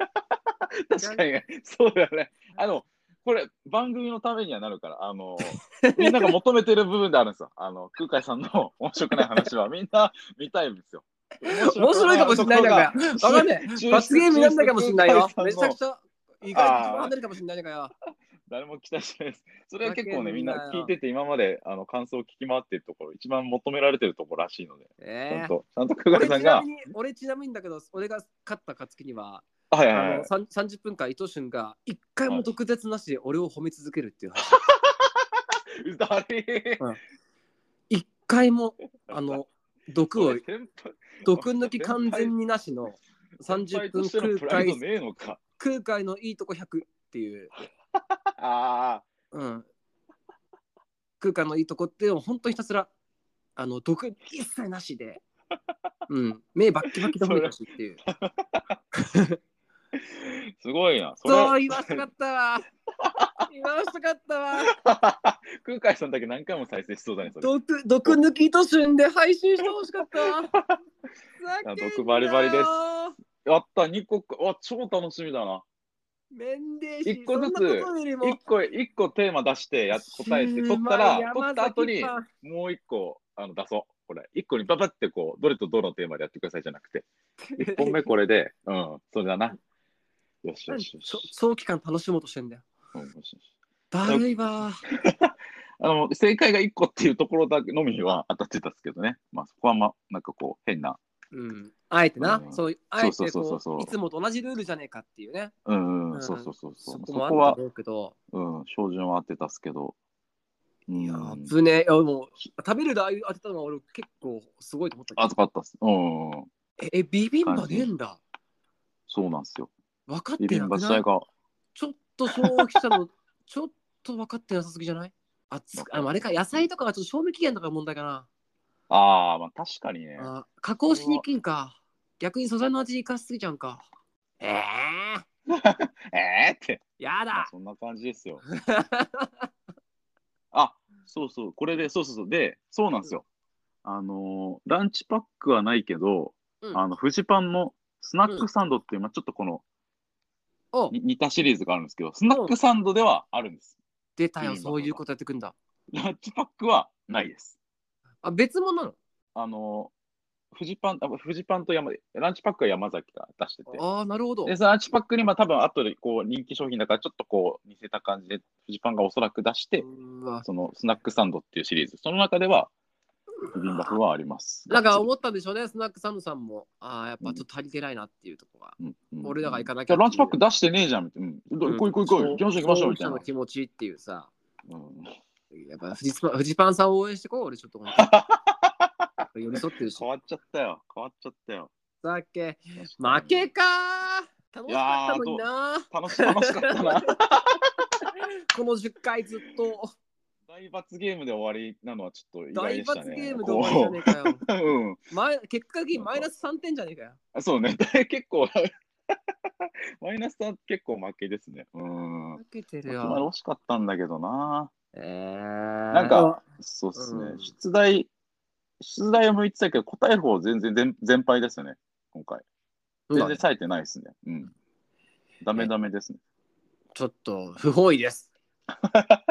Speaker 2: 確かに、そうだよね。あの、これ、番組のためにはなるから、あの、みんなが求めてる部分であるんですよ。あの、空海さんの面白くない話は、みんな見たいんですよ。
Speaker 3: 面白いかもしれないだから。 わかんない。罰ゲームになんだかもしれないよ。めちゃくちゃ。意外と一番離れるかもしれないだから。
Speaker 2: 誰も期待してないです。それは結構ね、
Speaker 3: ふざけ
Speaker 2: みん
Speaker 3: んなよ
Speaker 2: な聞いてて、今まであの感想を聞き回ってるところ、一番求められてるところらしいので、ち
Speaker 3: え
Speaker 2: ゃん
Speaker 3: え
Speaker 2: と、ちゃんと久我
Speaker 3: 俺
Speaker 2: さん
Speaker 3: ちな
Speaker 2: が
Speaker 3: み、に俺ちなみにだけど、俺が勝った勝つきには、
Speaker 2: はい
Speaker 3: あ
Speaker 2: はいは
Speaker 3: の
Speaker 2: い、
Speaker 3: さん30分間、伊藤俊が一回も特別なしで俺を褒め続けるっていう話。
Speaker 2: だれ
Speaker 3: 一回も、あの、毒を、
Speaker 2: 先輩
Speaker 3: 毒抜き完全になしの30分
Speaker 2: 先輩としてのプ
Speaker 3: 空
Speaker 2: ライド
Speaker 3: 海、
Speaker 2: ねえの か。
Speaker 3: 空海のいいとこ100っていう。
Speaker 2: あ
Speaker 3: うん、空間のいいとこっていうのを本当にひたすらあの毒一切な しで、うん、目バッキバキで褒めてほしいっていう
Speaker 2: あ、すごいな。そ
Speaker 3: そう
Speaker 2: れ
Speaker 3: 言わしたかったわ言わしたかったわ
Speaker 2: 空海さんだけ何回も再生しそうだね、それ。
Speaker 3: 毒毒抜きと旬で配信してほしかっ たわ
Speaker 2: あ毒バリバリです
Speaker 3: す
Speaker 2: やった、2個か。わ、超楽しみだな。
Speaker 3: めんでえし
Speaker 2: 一個ずつ
Speaker 3: そんなことよりも
Speaker 2: 1個、一個テーマ出してや、答えて、取った
Speaker 3: す
Speaker 2: ら、
Speaker 3: ごい
Speaker 2: 取った後に
Speaker 3: 山、崎
Speaker 2: もう1個あの出そう。これ、1個にババってこう、どれとどのテーマでやってくださいじゃなくて、
Speaker 3: パン
Speaker 2: 1本 目これで、 うん、それだな。よしよしよし
Speaker 3: そ。長期間楽しもうとしてんだよ
Speaker 2: うんよしよし
Speaker 3: だるいわ
Speaker 2: あの正解が1個っていうところだけのみは当たってたんですけどね、まあ、そこは、ま、なんかこう変な、
Speaker 3: うん、あえてな、
Speaker 2: うん
Speaker 3: そうあえて
Speaker 2: そうそうそう
Speaker 3: こ
Speaker 2: そうそう
Speaker 3: ういつもと同じルールじゃねえかっていうね
Speaker 2: うん、う、
Speaker 3: うんん
Speaker 2: そうそうそうそう、
Speaker 3: そ
Speaker 2: そ
Speaker 3: こもあっ
Speaker 2: こ
Speaker 3: た
Speaker 2: は
Speaker 3: と、思うけど
Speaker 2: うん、照準は当てたっすけど、うん、
Speaker 3: いやぶねえいやもう食べるでああいう当てたのは俺結構すごいと思ったけど
Speaker 2: 熱かったっす、うん、
Speaker 3: ええビビンバねえんだ
Speaker 2: そうなんですよ、
Speaker 3: 分かっ
Speaker 2: ビ
Speaker 3: て
Speaker 2: ビン
Speaker 3: な
Speaker 2: バ
Speaker 3: く
Speaker 2: 自体
Speaker 3: ない
Speaker 2: が、
Speaker 3: ちょっと消費者のちょっと分かってなさすぎじゃないあつああれか野菜とかがちょっと賞味期限とかが問題かな、
Speaker 2: ああ、まあ確かにね、
Speaker 3: あ加工しにくいんか逆に素材の味生かしすぎちゃうんかええ
Speaker 2: えーって、
Speaker 3: や
Speaker 2: まあ
Speaker 3: だ
Speaker 2: そんな感じです よ。あそうそう、これで、そうそうそう、で、そうなんですよ、あのーランチパックはないけど、
Speaker 3: うん
Speaker 2: あのフジパンのスナックサンドっていう、まあ、ちょっとこの、
Speaker 3: お
Speaker 2: に似たシリーズがあるんですけど、スナックサンドではあるんです。
Speaker 3: 出たよそういうことやってくんだ
Speaker 2: ランチパックはないです。
Speaker 3: あ別物なの
Speaker 2: あの、フジパン、あフジパンと山、ランチパックは山崎が出してて、
Speaker 3: ああ、なるほど。
Speaker 2: で、そのランチパックに、まあ多分後でこう人気商品だから、ちょっとこう似せた感じで、フジパンがおそらく出して、
Speaker 3: うわ
Speaker 2: そのスナックサンドっていうシリーズ、その中では、ビビンバ風はあります。
Speaker 3: なんか思ったんでしょうね、スナックサンドさんも。ああ、やっぱちょっと足りてないなっていうところが。
Speaker 2: うん、うん
Speaker 3: 俺らが行かなき
Speaker 2: い
Speaker 3: ゃ
Speaker 2: やランチパック出してねえじゃん、みたいな。うん、ど行こう行こう行こう、行きましょう行きましょう、みたい
Speaker 3: 消
Speaker 2: な
Speaker 3: 費者の。気持ちっていうさ、
Speaker 2: うん
Speaker 3: やっぱフジパンフジパンさんを応援してこう、俺ちょ っと本当に。やっぱ寄り添ってるし。
Speaker 2: 変わっちゃったよ、変わっちゃったよ。
Speaker 3: さっけ、負けかー楽しかったのにな
Speaker 2: 楽し楽しかったな。
Speaker 3: この10回ずっと
Speaker 2: 大罰ゲームで終わりなのはちょっと意外
Speaker 3: 大
Speaker 2: でしたね。
Speaker 3: 罰ゲームで終わりじゃねえかよ。
Speaker 2: こううん
Speaker 3: 前結果的にマイナス3点じゃねえかよ。
Speaker 2: あ。そうね、 だい結構、マイナスさん結構負けですね。うん。
Speaker 3: 負けてる
Speaker 2: まあ
Speaker 3: よ。
Speaker 2: 惜しかったんだけどな。
Speaker 3: え
Speaker 2: な
Speaker 3: なん
Speaker 2: か、そうですね、
Speaker 3: うん
Speaker 2: 出題、出題は向いてたけど、答える方全然全全敗ですよね、今回。全然冴えてないですね。うん。ダメダメですね。
Speaker 3: ちょっと不本意です。
Speaker 2: あ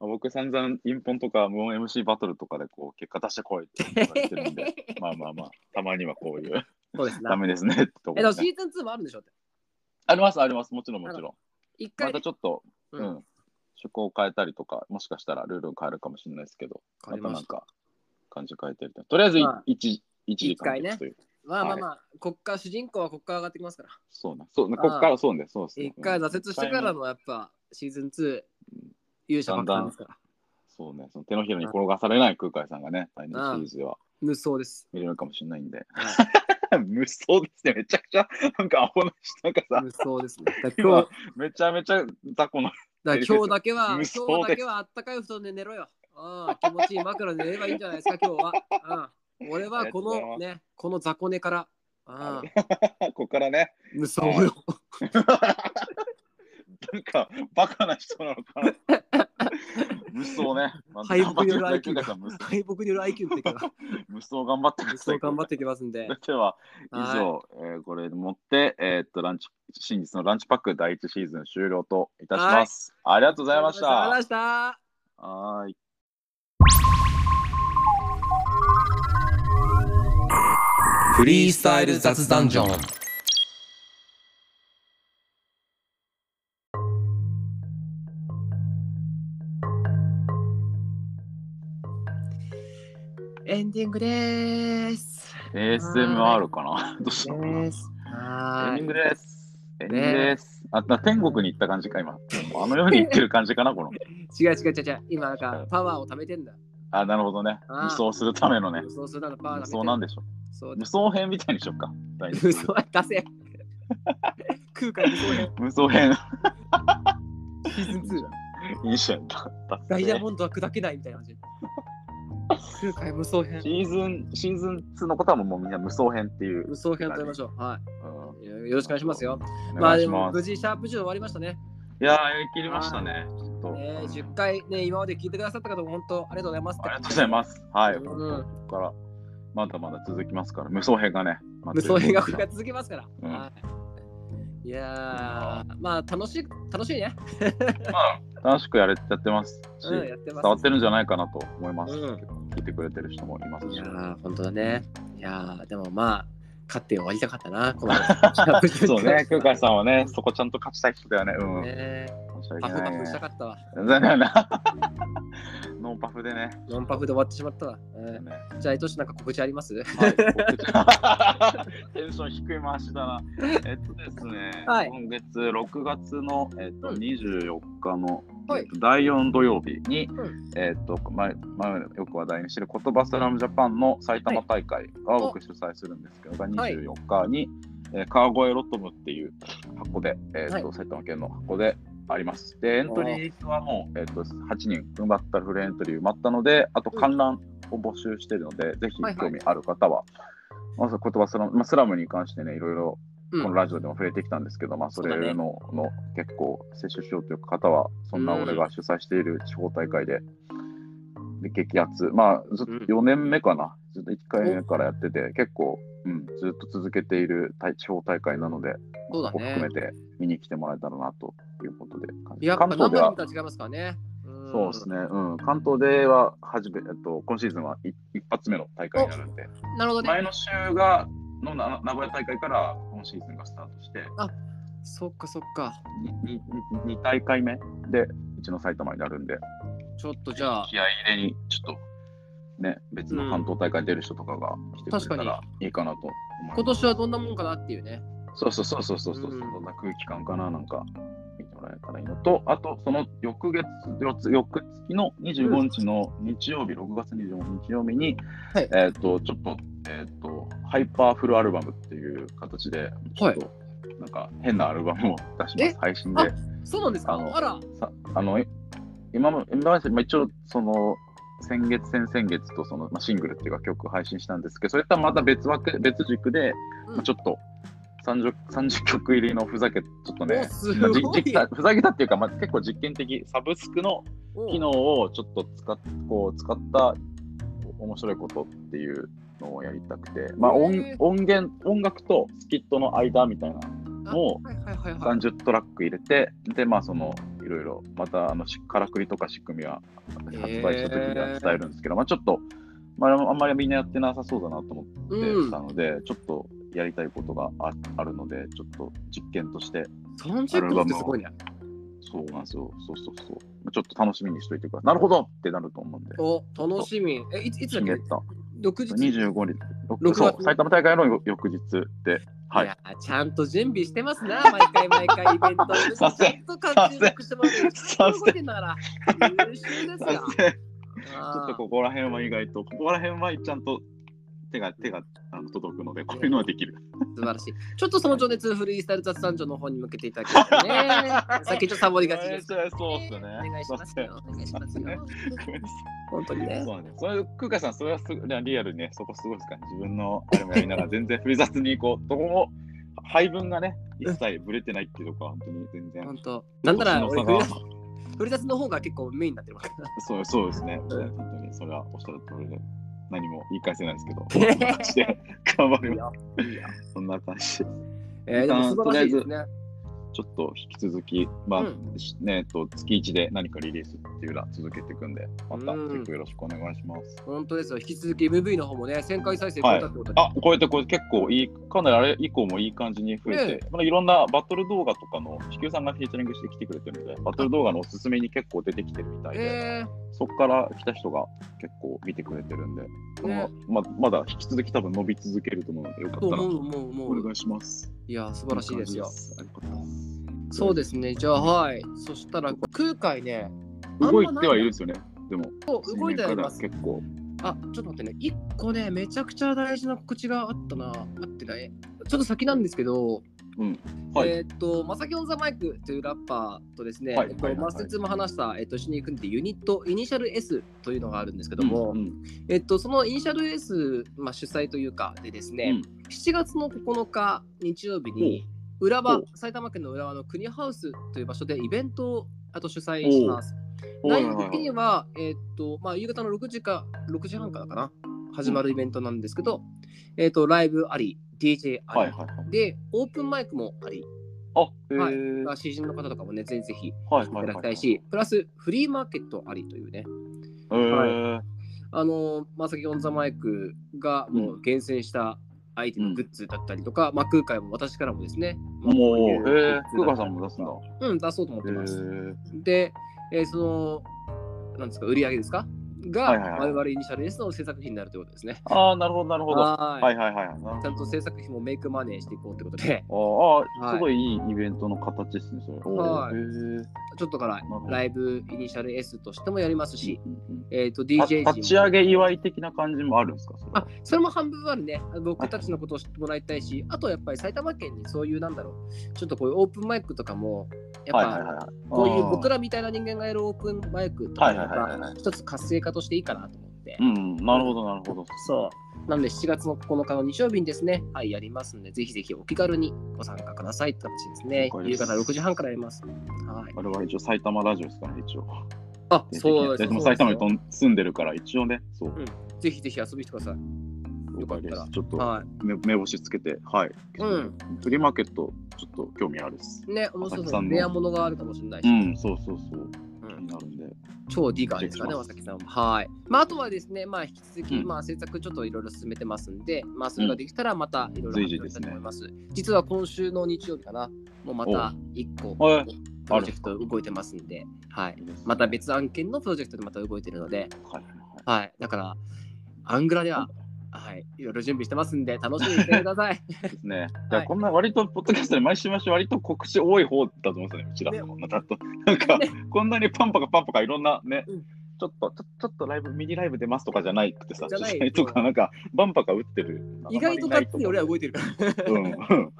Speaker 2: 僕散々インポンとか無音 MC バトルとかでこう結果出してこいって言われてるんでまあまあまあたまにはこういう
Speaker 3: そうですな
Speaker 2: ダ。メですねってとこ
Speaker 3: え、で
Speaker 2: ろ
Speaker 3: も
Speaker 2: ね、
Speaker 3: シーズン2もあるんでしょって。
Speaker 2: ありますありますもちろんもちろん
Speaker 3: 一
Speaker 2: ま
Speaker 3: 回、
Speaker 2: たちょっと、う
Speaker 3: うん
Speaker 2: ん、趣向を変えたりとかもしかしたらルールを変えるかもしれないですけど
Speaker 3: 変わり
Speaker 2: また
Speaker 3: ま
Speaker 2: なん
Speaker 3: した。
Speaker 2: か感じ変えたりとかとりあえずい
Speaker 3: まあ
Speaker 2: 一一時
Speaker 3: 一回
Speaker 2: 間
Speaker 3: ね
Speaker 2: という、
Speaker 3: まあまあまあ、こっから主人公はこっから上がってきますから。
Speaker 2: そうなそうねこっからそうねそうですね
Speaker 3: 一回
Speaker 2: うん
Speaker 3: 挫折してからのやっぱシーズン2勇者爆弾ですから。
Speaker 2: そうねその手のひらに転がされない空海さんがね来年のシリーズでは
Speaker 3: 無 双です。
Speaker 2: 見れるかもしれないんで
Speaker 3: は
Speaker 2: 無双ですねめちゃくちゃなんかアホな人なんかさ
Speaker 3: い、無双ですね。だから
Speaker 2: 今
Speaker 3: 今日
Speaker 2: めちゃめちゃ雑魚の
Speaker 3: だから今日だけは、
Speaker 2: 無双
Speaker 3: 今
Speaker 2: です
Speaker 3: 日だけはあったかい布団で寝ろよ。ああ 気持ちいい枕で寝ればいいんじゃないですか、今日は。ああ俺
Speaker 2: あ
Speaker 3: はこ
Speaker 2: りがとうご
Speaker 3: のね、この雑魚寝からああ、
Speaker 2: ここからね、
Speaker 3: 嘘よ。
Speaker 2: なんかバカな人なのかな。 無双ね。まあ
Speaker 3: 敗北による
Speaker 2: 頑張って
Speaker 3: IQ
Speaker 2: くだ
Speaker 3: が
Speaker 2: さい無双。
Speaker 3: 敗北による IQ ってい うか、
Speaker 2: 無双頑張ってくださ
Speaker 3: そう
Speaker 2: い。
Speaker 3: 頑張っていきますんで。
Speaker 2: では、以
Speaker 3: は
Speaker 2: 上、えーこれ持って、えーっと、ランチ、真実のランチパック第一シーズン終了といたします。ありがとうございまし
Speaker 3: ありがとう
Speaker 2: た。
Speaker 3: ございました。
Speaker 2: はーい。
Speaker 4: フリースタイル雑談ジョン。
Speaker 3: エンディングです。
Speaker 2: ASMR かなどうしたのエン
Speaker 3: です。は
Speaker 2: ディン
Speaker 3: ー
Speaker 2: グです。エンディングです。あ、な天国に行った感じか、今。あのように行ってる感じかな、この。
Speaker 3: い。違う違う違う違う。今なんかパワーを貯めてんだ。
Speaker 2: あ、なるほどね。
Speaker 3: あー
Speaker 2: 無双するためのね。
Speaker 3: そうそうなのパワ
Speaker 2: 無
Speaker 3: ー貯めて
Speaker 2: 双なんでしょ。
Speaker 3: す。そう
Speaker 2: 無
Speaker 3: だ。
Speaker 2: 双編みたいにしよっ か。大丈
Speaker 3: 無双は出せ。空間無双 編
Speaker 2: 夫無双編、
Speaker 3: シーズン2だ。
Speaker 2: いいじゃん。だって
Speaker 3: ダイヤモンドは砕けないみたいな感じ。空海無双 編
Speaker 2: シ。ーズン、シーズン2のことはもうみんな無双編っていう。
Speaker 3: 無双編と言いましょう。は
Speaker 2: うん
Speaker 3: い。よろしくお願いしますよ。
Speaker 2: お
Speaker 3: まあ
Speaker 2: 願い
Speaker 3: で
Speaker 2: し
Speaker 3: も
Speaker 2: ます。
Speaker 3: 無事シャープ10終わりましたね。
Speaker 2: いやー、やりきりましたね。ちょっと。
Speaker 3: ね
Speaker 2: うん
Speaker 3: 10回ね、今まで聞いてくださった方も本当ありがとうございます。。
Speaker 2: ありがとうございますす。はい。
Speaker 3: うん
Speaker 2: ここから、まだまだ続きますから、無双編がね。
Speaker 3: 無双編がこれ
Speaker 2: ま
Speaker 3: か
Speaker 2: た
Speaker 3: ら続きますから。
Speaker 2: うん
Speaker 3: はい。いやー、まあ楽しい、楽しいね。
Speaker 2: 楽しくやれやってますし、
Speaker 3: うん、やってます。
Speaker 2: 伝わってるんじゃないかなと思います、
Speaker 3: うん
Speaker 2: 聞いてくれてる人もいます
Speaker 3: い
Speaker 2: し
Speaker 3: やー、本当だね。いやー、でもまあ、勝って終わりたかったな、こ のシャープ10
Speaker 2: そう ね空海さんはねそこちゃんと勝ちたい人だよねうん、
Speaker 3: ね
Speaker 2: 申し訳
Speaker 3: パフ
Speaker 2: な
Speaker 3: パ
Speaker 2: い
Speaker 3: フした
Speaker 2: ね
Speaker 3: かったわ。
Speaker 2: 残念な ノーパフでね、
Speaker 3: ノンパフで終わってしまったわ。うん
Speaker 2: ね
Speaker 3: じゃあ、いとしなんか告知あります
Speaker 2: はい僕 テンション低い回しだなえっとですね、
Speaker 3: はい
Speaker 2: 今月6月の、えっと、
Speaker 3: うん
Speaker 2: 24日の、
Speaker 3: はい
Speaker 2: えっと第4土曜日に、
Speaker 3: ん
Speaker 2: えっと前前よく話題にしてる言葉スラムジャパンの埼玉大会が
Speaker 3: い
Speaker 2: 僕主催するんですけど、が
Speaker 3: はい
Speaker 2: 24日に、えー川越ロトムっていう箱で、えっと
Speaker 3: は
Speaker 2: 埼玉県の箱であります。でエントリーはもう、えっと8人埋まったフルエントリー埋まったのであと観覧を募集しているので、ぜひ
Speaker 3: はいはい
Speaker 2: 興味ある方は、まず言葉スラム、まあ、スラムに関してねいろいろ
Speaker 3: うん
Speaker 2: このラジオでも触れてきたんですけど、まあそれ
Speaker 3: そうだね
Speaker 2: のの結構接種しようという方はそんな俺が主催している地方大会で,、で激アツまあずっと
Speaker 3: うん
Speaker 2: 4年目かな、ずっと1回目からやってて結構、うん、ずっと続けている大地方大会なので、
Speaker 3: そうだ
Speaker 2: ここ含
Speaker 3: ね
Speaker 2: め。て見に来てもらえたらなということで感
Speaker 3: い
Speaker 2: じ
Speaker 3: や、
Speaker 2: 関
Speaker 3: やっぱ
Speaker 2: 東で
Speaker 3: 生
Speaker 2: は
Speaker 3: にとは違いますからね。ん
Speaker 2: そうですね、うん、関東では初め、えっと、今シーズンは一一発目の大会になるんで、
Speaker 3: なるほどね。
Speaker 2: 前の週がのな名古屋大会から今シーズンがスタートして、
Speaker 3: そっかそっか。
Speaker 2: 2大会目でうちの埼玉になるんで、
Speaker 3: ちょっとじゃあ、
Speaker 2: 気合い入れにちょっとね、別の関東大会出る人とかが来てくれたらいいかなと思
Speaker 3: 今
Speaker 2: います。
Speaker 3: 年はどんなもんかなっていうね。
Speaker 2: そうそうそうそうそうそう、
Speaker 3: うん
Speaker 2: そんな空気感かななんか見てもらえたらいいのと、あとその翌月、翌翌月の25日の日曜日、6月25日日曜日に、
Speaker 3: はい
Speaker 2: えっ、と、ちょっと、えっ、と、ハイパーフルアルバムっていう形で、ちょっと、なんか変なアルバムを出しま
Speaker 3: え
Speaker 2: す、配信で。
Speaker 3: そうなんですか
Speaker 2: あの
Speaker 3: あら。
Speaker 2: さあのい今も今まで、まあ、一応その先月先々月とその、まあ、シングルっていうか曲配信したんですけどそれとはまた別枠別軸で、
Speaker 3: うん
Speaker 2: まあ、ちょっと 30, 30曲入りのふざけちょっと
Speaker 3: お
Speaker 2: ね
Speaker 3: す
Speaker 2: まあ
Speaker 3: ご
Speaker 2: じ
Speaker 3: い。
Speaker 2: じたふざけたっていうか、まあ、結構実験的サブスクの機能をちょっと使っこう使った面白いことっていうのをやりたくて、まあ、音
Speaker 3: へー
Speaker 2: 音源音楽とスキットの間みたいなも
Speaker 3: う。はいはいはいはい。
Speaker 2: 30トラック入れて、で、まあ、その、いろいろ、また、あの、しからくりとか仕組みは、発売した時には伝えるんですけど、まあ、ちょっと、まあ、あんまりみんなやってなさそうだなと思って
Speaker 3: うん
Speaker 2: た。ので、ちょっとやりたいことがああるので、ちょっと実験として、
Speaker 3: 30分ってすごいね。
Speaker 2: そうなんですよ、そうそうそう、まあちょっと楽しみにしといてください。なるほどってなると思うんで、
Speaker 3: お、楽しみ。え、いついつだっけ
Speaker 2: 決めた
Speaker 3: 翌日。
Speaker 2: 25日、
Speaker 3: 六
Speaker 2: 六
Speaker 3: 月
Speaker 2: そう、埼玉大会の翌日で、はい
Speaker 3: いやーちゃんと準備してますな、 毎回毎回イベント。 ちゃ
Speaker 2: させ
Speaker 3: んと活躍してもらっ
Speaker 2: さ
Speaker 3: て、
Speaker 2: せ
Speaker 3: ちゃんと動いてんだから。優秀ですよ。
Speaker 2: ちょっとここら辺は意外と、ここら辺はちゃんと手が、手が、ああの届くので、こういうのはできる。
Speaker 3: 素晴らしい。ちょっとその情熱、フリースタイル雑談所の方に向けていただきたい ね。さっきちょっとサボりがちですけど、
Speaker 2: そうっすね
Speaker 3: お願いしますよ。お願いしますよ。本当にね。
Speaker 2: そうね。それ、空海さん、それはすごいリアルね、そこすごいですかね。自分のあれもやり ながら、全然複雑にこう、どこも配分がね、一切ぶれてないっていうとこは、本当に全然。
Speaker 3: 本当。なんなら、
Speaker 2: 年
Speaker 3: 俺フリ
Speaker 2: の
Speaker 3: ー
Speaker 2: 差が
Speaker 3: フリースタの方が結構メインになってるから。
Speaker 2: そうそうですね。
Speaker 3: うん
Speaker 2: 本当に、それはおっしゃる通りで、何も言い返せないです けど、そんな感じで頑張りま
Speaker 3: いいよ。
Speaker 2: す。そんな感じです。
Speaker 3: えー、でも素晴らしいですね。
Speaker 2: ちょっと引き続き、まあ、
Speaker 3: う
Speaker 2: ね、えっと、月一で何かリリースっていうのは続けていくんで、また
Speaker 3: うん
Speaker 2: 結構よろしくお願いします。
Speaker 3: 本当ですよ。引き続き MV の方もね、1000回再生超えたってことで。
Speaker 2: あ、こうやってこう結構いい、かなりあれ以降もいい感じに増えて、
Speaker 3: ね
Speaker 2: まあ、いろんなバトル動画とかの、地球さんがフィーチャリングしてきてくれてるので、バトル動画のおすすめに結構出てきてるみたいで、
Speaker 3: え
Speaker 2: そこから来た人が結構見てくれてるんで、この
Speaker 3: ね
Speaker 2: ままだ引き続き多分伸び続けると思うので、よか
Speaker 3: ー、
Speaker 2: っ
Speaker 3: と
Speaker 2: た
Speaker 3: 思
Speaker 2: ら
Speaker 3: う、もう、
Speaker 2: お
Speaker 3: もう。
Speaker 2: 願いします。
Speaker 3: いや、素晴らしいですよ。
Speaker 2: ありがとうございます
Speaker 3: そうですね。じゃあ、はい。そしたら、空海ね。
Speaker 2: 動いてはいるん
Speaker 3: る。
Speaker 2: ですよね、でも。
Speaker 3: そう動いてはいます。
Speaker 2: 結構。
Speaker 3: あ、ちょっと待ってね。一個ね、めちゃくちゃ大事な告知があったな。あってない。ちょっと先なんですけど、
Speaker 2: うん。はい。
Speaker 3: えーっと、まさきオンザマイクというラッパーとですね、
Speaker 2: はい
Speaker 3: えっ
Speaker 2: は
Speaker 3: と、
Speaker 2: いはい
Speaker 3: マステツも話した、えっと、一緒に組んでユニット、イニシャル S というのがあるんですけども、
Speaker 2: うん
Speaker 3: えっと、そのイニシャル S、まあ、主催というかでです
Speaker 2: う
Speaker 3: ね
Speaker 2: ん、
Speaker 3: 7月の9日日曜日に浦
Speaker 2: ほ
Speaker 3: 和
Speaker 2: う
Speaker 3: 埼玉県の浦和の国ハウスという場所でイベントをあと主催します。内容的には、えーっとまあ、夕方の6時か6時半からかな始まるイベントなんですけど、えーっとライブあり DJ あ
Speaker 2: は
Speaker 3: り、
Speaker 2: いはいはい。
Speaker 3: でオープンマイクもあり、
Speaker 2: あ、え
Speaker 3: はい
Speaker 2: ー
Speaker 3: まあ、詩人の方とかもねぜひぜひい
Speaker 2: はい
Speaker 3: た
Speaker 2: はい
Speaker 3: だき
Speaker 2: は
Speaker 3: た
Speaker 2: い。
Speaker 3: いし、プラスフリーマーケットありというね
Speaker 2: えー
Speaker 3: あのまさきオンザマイクがもう厳選したアイテ
Speaker 2: うん
Speaker 3: ム、グッズだったりとか、まあ、空海も私からもですね、ま
Speaker 2: も
Speaker 3: あ
Speaker 2: う
Speaker 3: こい、グ
Speaker 2: えー
Speaker 3: ッ、
Speaker 2: 福
Speaker 3: ズだったり
Speaker 2: 川さんも出すんだ。
Speaker 3: うん、出そうと思っ
Speaker 2: え
Speaker 3: てます。
Speaker 2: ー、
Speaker 3: で、えーその、なんですか、売り上げですかが、
Speaker 2: はいはいはい
Speaker 3: 我々イニシャル S の制作費になるということですね。
Speaker 2: ああ、なるほど、なるほど。は
Speaker 3: はい
Speaker 2: はいはい。なるほ
Speaker 3: ちゃんと制作費もメイクマネーしていこうということで、
Speaker 2: どあーあー、
Speaker 3: はい
Speaker 2: すごいいいイベントの形ですね、それ。おー
Speaker 3: はい
Speaker 2: えー
Speaker 3: ちょっとから
Speaker 2: ほど
Speaker 3: ライブイニシャル S としてもやりますし、
Speaker 2: うんうん
Speaker 3: えっ、と、
Speaker 2: た
Speaker 3: DJ 陣も
Speaker 2: 立ち上げ祝い的な感じもあるんですかそれは
Speaker 3: あそれも半分あるね。僕たちのことを知ってもらいたいし、あとやっぱり埼玉県にそういう、なんだろう、ちょっとこういうオープンマイクとかも、やっ
Speaker 2: は
Speaker 3: ぱ、
Speaker 2: いはいはいはい。
Speaker 3: こういう僕
Speaker 2: ら
Speaker 3: らみたいな人間がやるオープンマイクと
Speaker 2: は
Speaker 3: か
Speaker 2: いはいはいはいは
Speaker 3: が
Speaker 2: い、
Speaker 3: 一つ活性化としていいかなと思って。
Speaker 2: うん、なるほど、なるほど。
Speaker 3: そう。なので7月の9日の日曜日にですね、はい、やりますので、ぜひぜひお気軽にご参加くださいって形ですね
Speaker 2: 了。解で
Speaker 3: 夕
Speaker 2: す
Speaker 3: 方6時半からやります。はい。
Speaker 2: あれは一応埼玉ラジオですからね、一応。
Speaker 3: あ、そうです。
Speaker 2: でも埼玉に
Speaker 3: そうで
Speaker 2: とん住んでるから、一応ね、そう。
Speaker 3: すぜひぜひ遊びに来てください。よかったら
Speaker 2: ちょっと
Speaker 3: は
Speaker 2: 目目星つけて、はい。
Speaker 3: うん
Speaker 2: フリーマーケット、ちょっと興味あるです。
Speaker 3: い。ね、面白
Speaker 2: 浅
Speaker 3: そ
Speaker 2: 草
Speaker 3: う。
Speaker 2: の
Speaker 3: レア物があるかもしれないし、
Speaker 2: うん、そうそうそう。
Speaker 3: うん
Speaker 2: 気になるんで。
Speaker 3: 超ディガーですからね、
Speaker 2: お
Speaker 3: まさきさんも。はい。まあ、あとはですね、まあ、引き続き、
Speaker 2: うん
Speaker 3: まあ、制作ちょっといろいろ進めてますんで、まあ、それができたらまたいろいろ
Speaker 2: 随時
Speaker 3: 発
Speaker 2: で
Speaker 3: 表
Speaker 2: す
Speaker 3: し
Speaker 2: ね
Speaker 3: たいと思います。実は今週の日曜日かな、もうまた1個、
Speaker 2: はい
Speaker 3: プロジェクト動いてますんで、はい。
Speaker 2: いいですね
Speaker 3: また別案件のプロジェクトでまた動いてるので、
Speaker 2: はいはい
Speaker 3: はい、だから、アングラでは、はい、いろいろ準備してますんで、楽しみにしてくだ さい。
Speaker 2: はい。ですね。い
Speaker 3: は
Speaker 2: や、
Speaker 3: い
Speaker 2: こんな割と、ポッドキャストで毎週毎週割と告知多い方だと思うんですよね、うちら
Speaker 3: ね
Speaker 2: も。またとなんか、こんなにパンパカパンパカいろんなね
Speaker 3: うん、
Speaker 2: ちょっと、ちょちょっとライブ、ミニライブ出ますとかじゃないくてさ、
Speaker 3: じゃない
Speaker 2: 主催とか、なんか、バンパカ打ってる。
Speaker 3: 意外とガッツリ俺は動
Speaker 2: い
Speaker 3: いてるから。
Speaker 2: てる。うん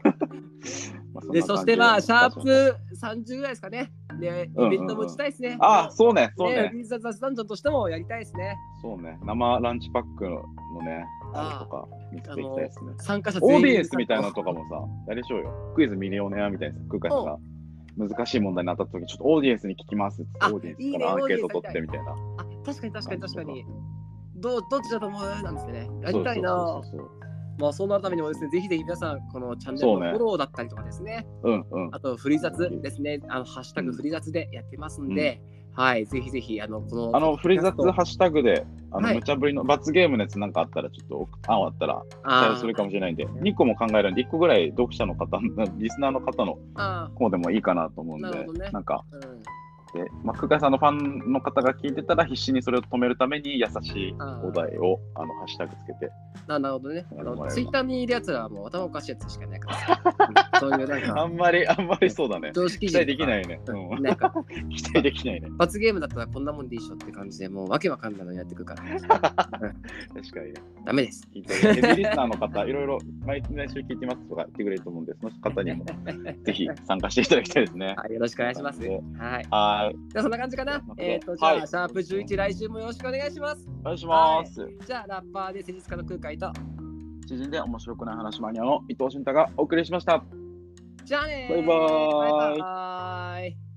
Speaker 2: まあんな感じ
Speaker 3: で、そしてまあ、シャープ30ぐらいですかね。で、イベントも打ちたいですね。
Speaker 2: ああ、そうね、そう
Speaker 3: ね、
Speaker 2: ね
Speaker 3: フ。リーザ雑談所としてもやりたいですね。
Speaker 2: そうね、生ランチパックのね、あ
Speaker 3: あ
Speaker 2: れとか見つけていきたいですね。
Speaker 3: 参加者全員。
Speaker 2: ODS みたいなのとかもさ、やりましょうよ。クイズミリオネアみたいなさ、空海さんが難しい問題になった時、ちょっと ODS に聞きますっつって、
Speaker 3: あ
Speaker 2: ODS
Speaker 3: い
Speaker 2: か
Speaker 3: いね
Speaker 2: らアンケート
Speaker 3: ODS
Speaker 2: 取ってみたいな。
Speaker 3: あ、確かに確かに確かに。どうどっちだと思うなんですね。やりたい
Speaker 2: そ
Speaker 3: な
Speaker 2: う。そうそう
Speaker 3: まあそうなるためにもですね、ぜひぜひ皆さん、このチャンネルの
Speaker 2: そう
Speaker 3: フ
Speaker 2: ね
Speaker 3: ォローだったりとかですね。
Speaker 2: そう。うんうん。
Speaker 3: あと、フリー雑ですね。あの、ハッシュタグフリー雑でやってますんで、はい、ぜひぜひ、あの、この、
Speaker 2: あの、フリザツハッシュタグで、あ
Speaker 3: は
Speaker 2: の、
Speaker 3: い
Speaker 2: 無茶ぶりの罰ゲームのやつなんかあったら、ちょっと送っ、案あったら、対
Speaker 3: あ
Speaker 2: 応するかもしれないんで、
Speaker 3: ー
Speaker 2: 2個も考えられるんで、1個ぐらい読者の方、リスナーの方の
Speaker 3: あ
Speaker 2: 方でもいいかなと思うん
Speaker 3: なる
Speaker 2: で
Speaker 3: ほどね、
Speaker 2: なんか、
Speaker 3: ー、うん
Speaker 2: って、まあ、空海さんのファンの方が聞いてたら、必死にそれを止めるために、優しいお題をあのハッシュタグつけて、
Speaker 3: あなるほどね。あ
Speaker 2: お前
Speaker 3: の
Speaker 2: は
Speaker 3: ツイッターにいるやつらはもう頭おかしいやつしかいな いから。そういうなん
Speaker 2: あ
Speaker 3: か
Speaker 2: んまり、 あんまりそうだね。
Speaker 3: 常識
Speaker 2: 期
Speaker 3: 人
Speaker 2: 待
Speaker 3: とか
Speaker 2: できないね。
Speaker 3: うん
Speaker 2: うん
Speaker 3: なんか
Speaker 2: 期待できないね。
Speaker 3: 罰ゲームだったらこんなもんでいいっしょって感じでもうわけわかんないのやってくるから、
Speaker 2: 確かにね。
Speaker 3: ダメです。
Speaker 2: 聞いてる ヘビーリスナーの方、いろいろ毎週聞いてますとか言ってくれると思うんで、その方 にもぜひ参加していただきたいですね。
Speaker 3: はい、よろしくお願いします。
Speaker 2: そんな
Speaker 3: はい。
Speaker 2: はい。
Speaker 3: じゃあそんな感じかな。えっ、と、じゃあ、
Speaker 2: はい
Speaker 3: シャープ11来週もよろしくお願いします。
Speaker 2: お願いします。
Speaker 3: じゃあ、ラッパーで施術家の空海と。
Speaker 2: 知人で面白くない話マニアの伊藤俊太がお送りしました。
Speaker 3: じゃあねー
Speaker 2: バイバーイ
Speaker 3: バイバーイ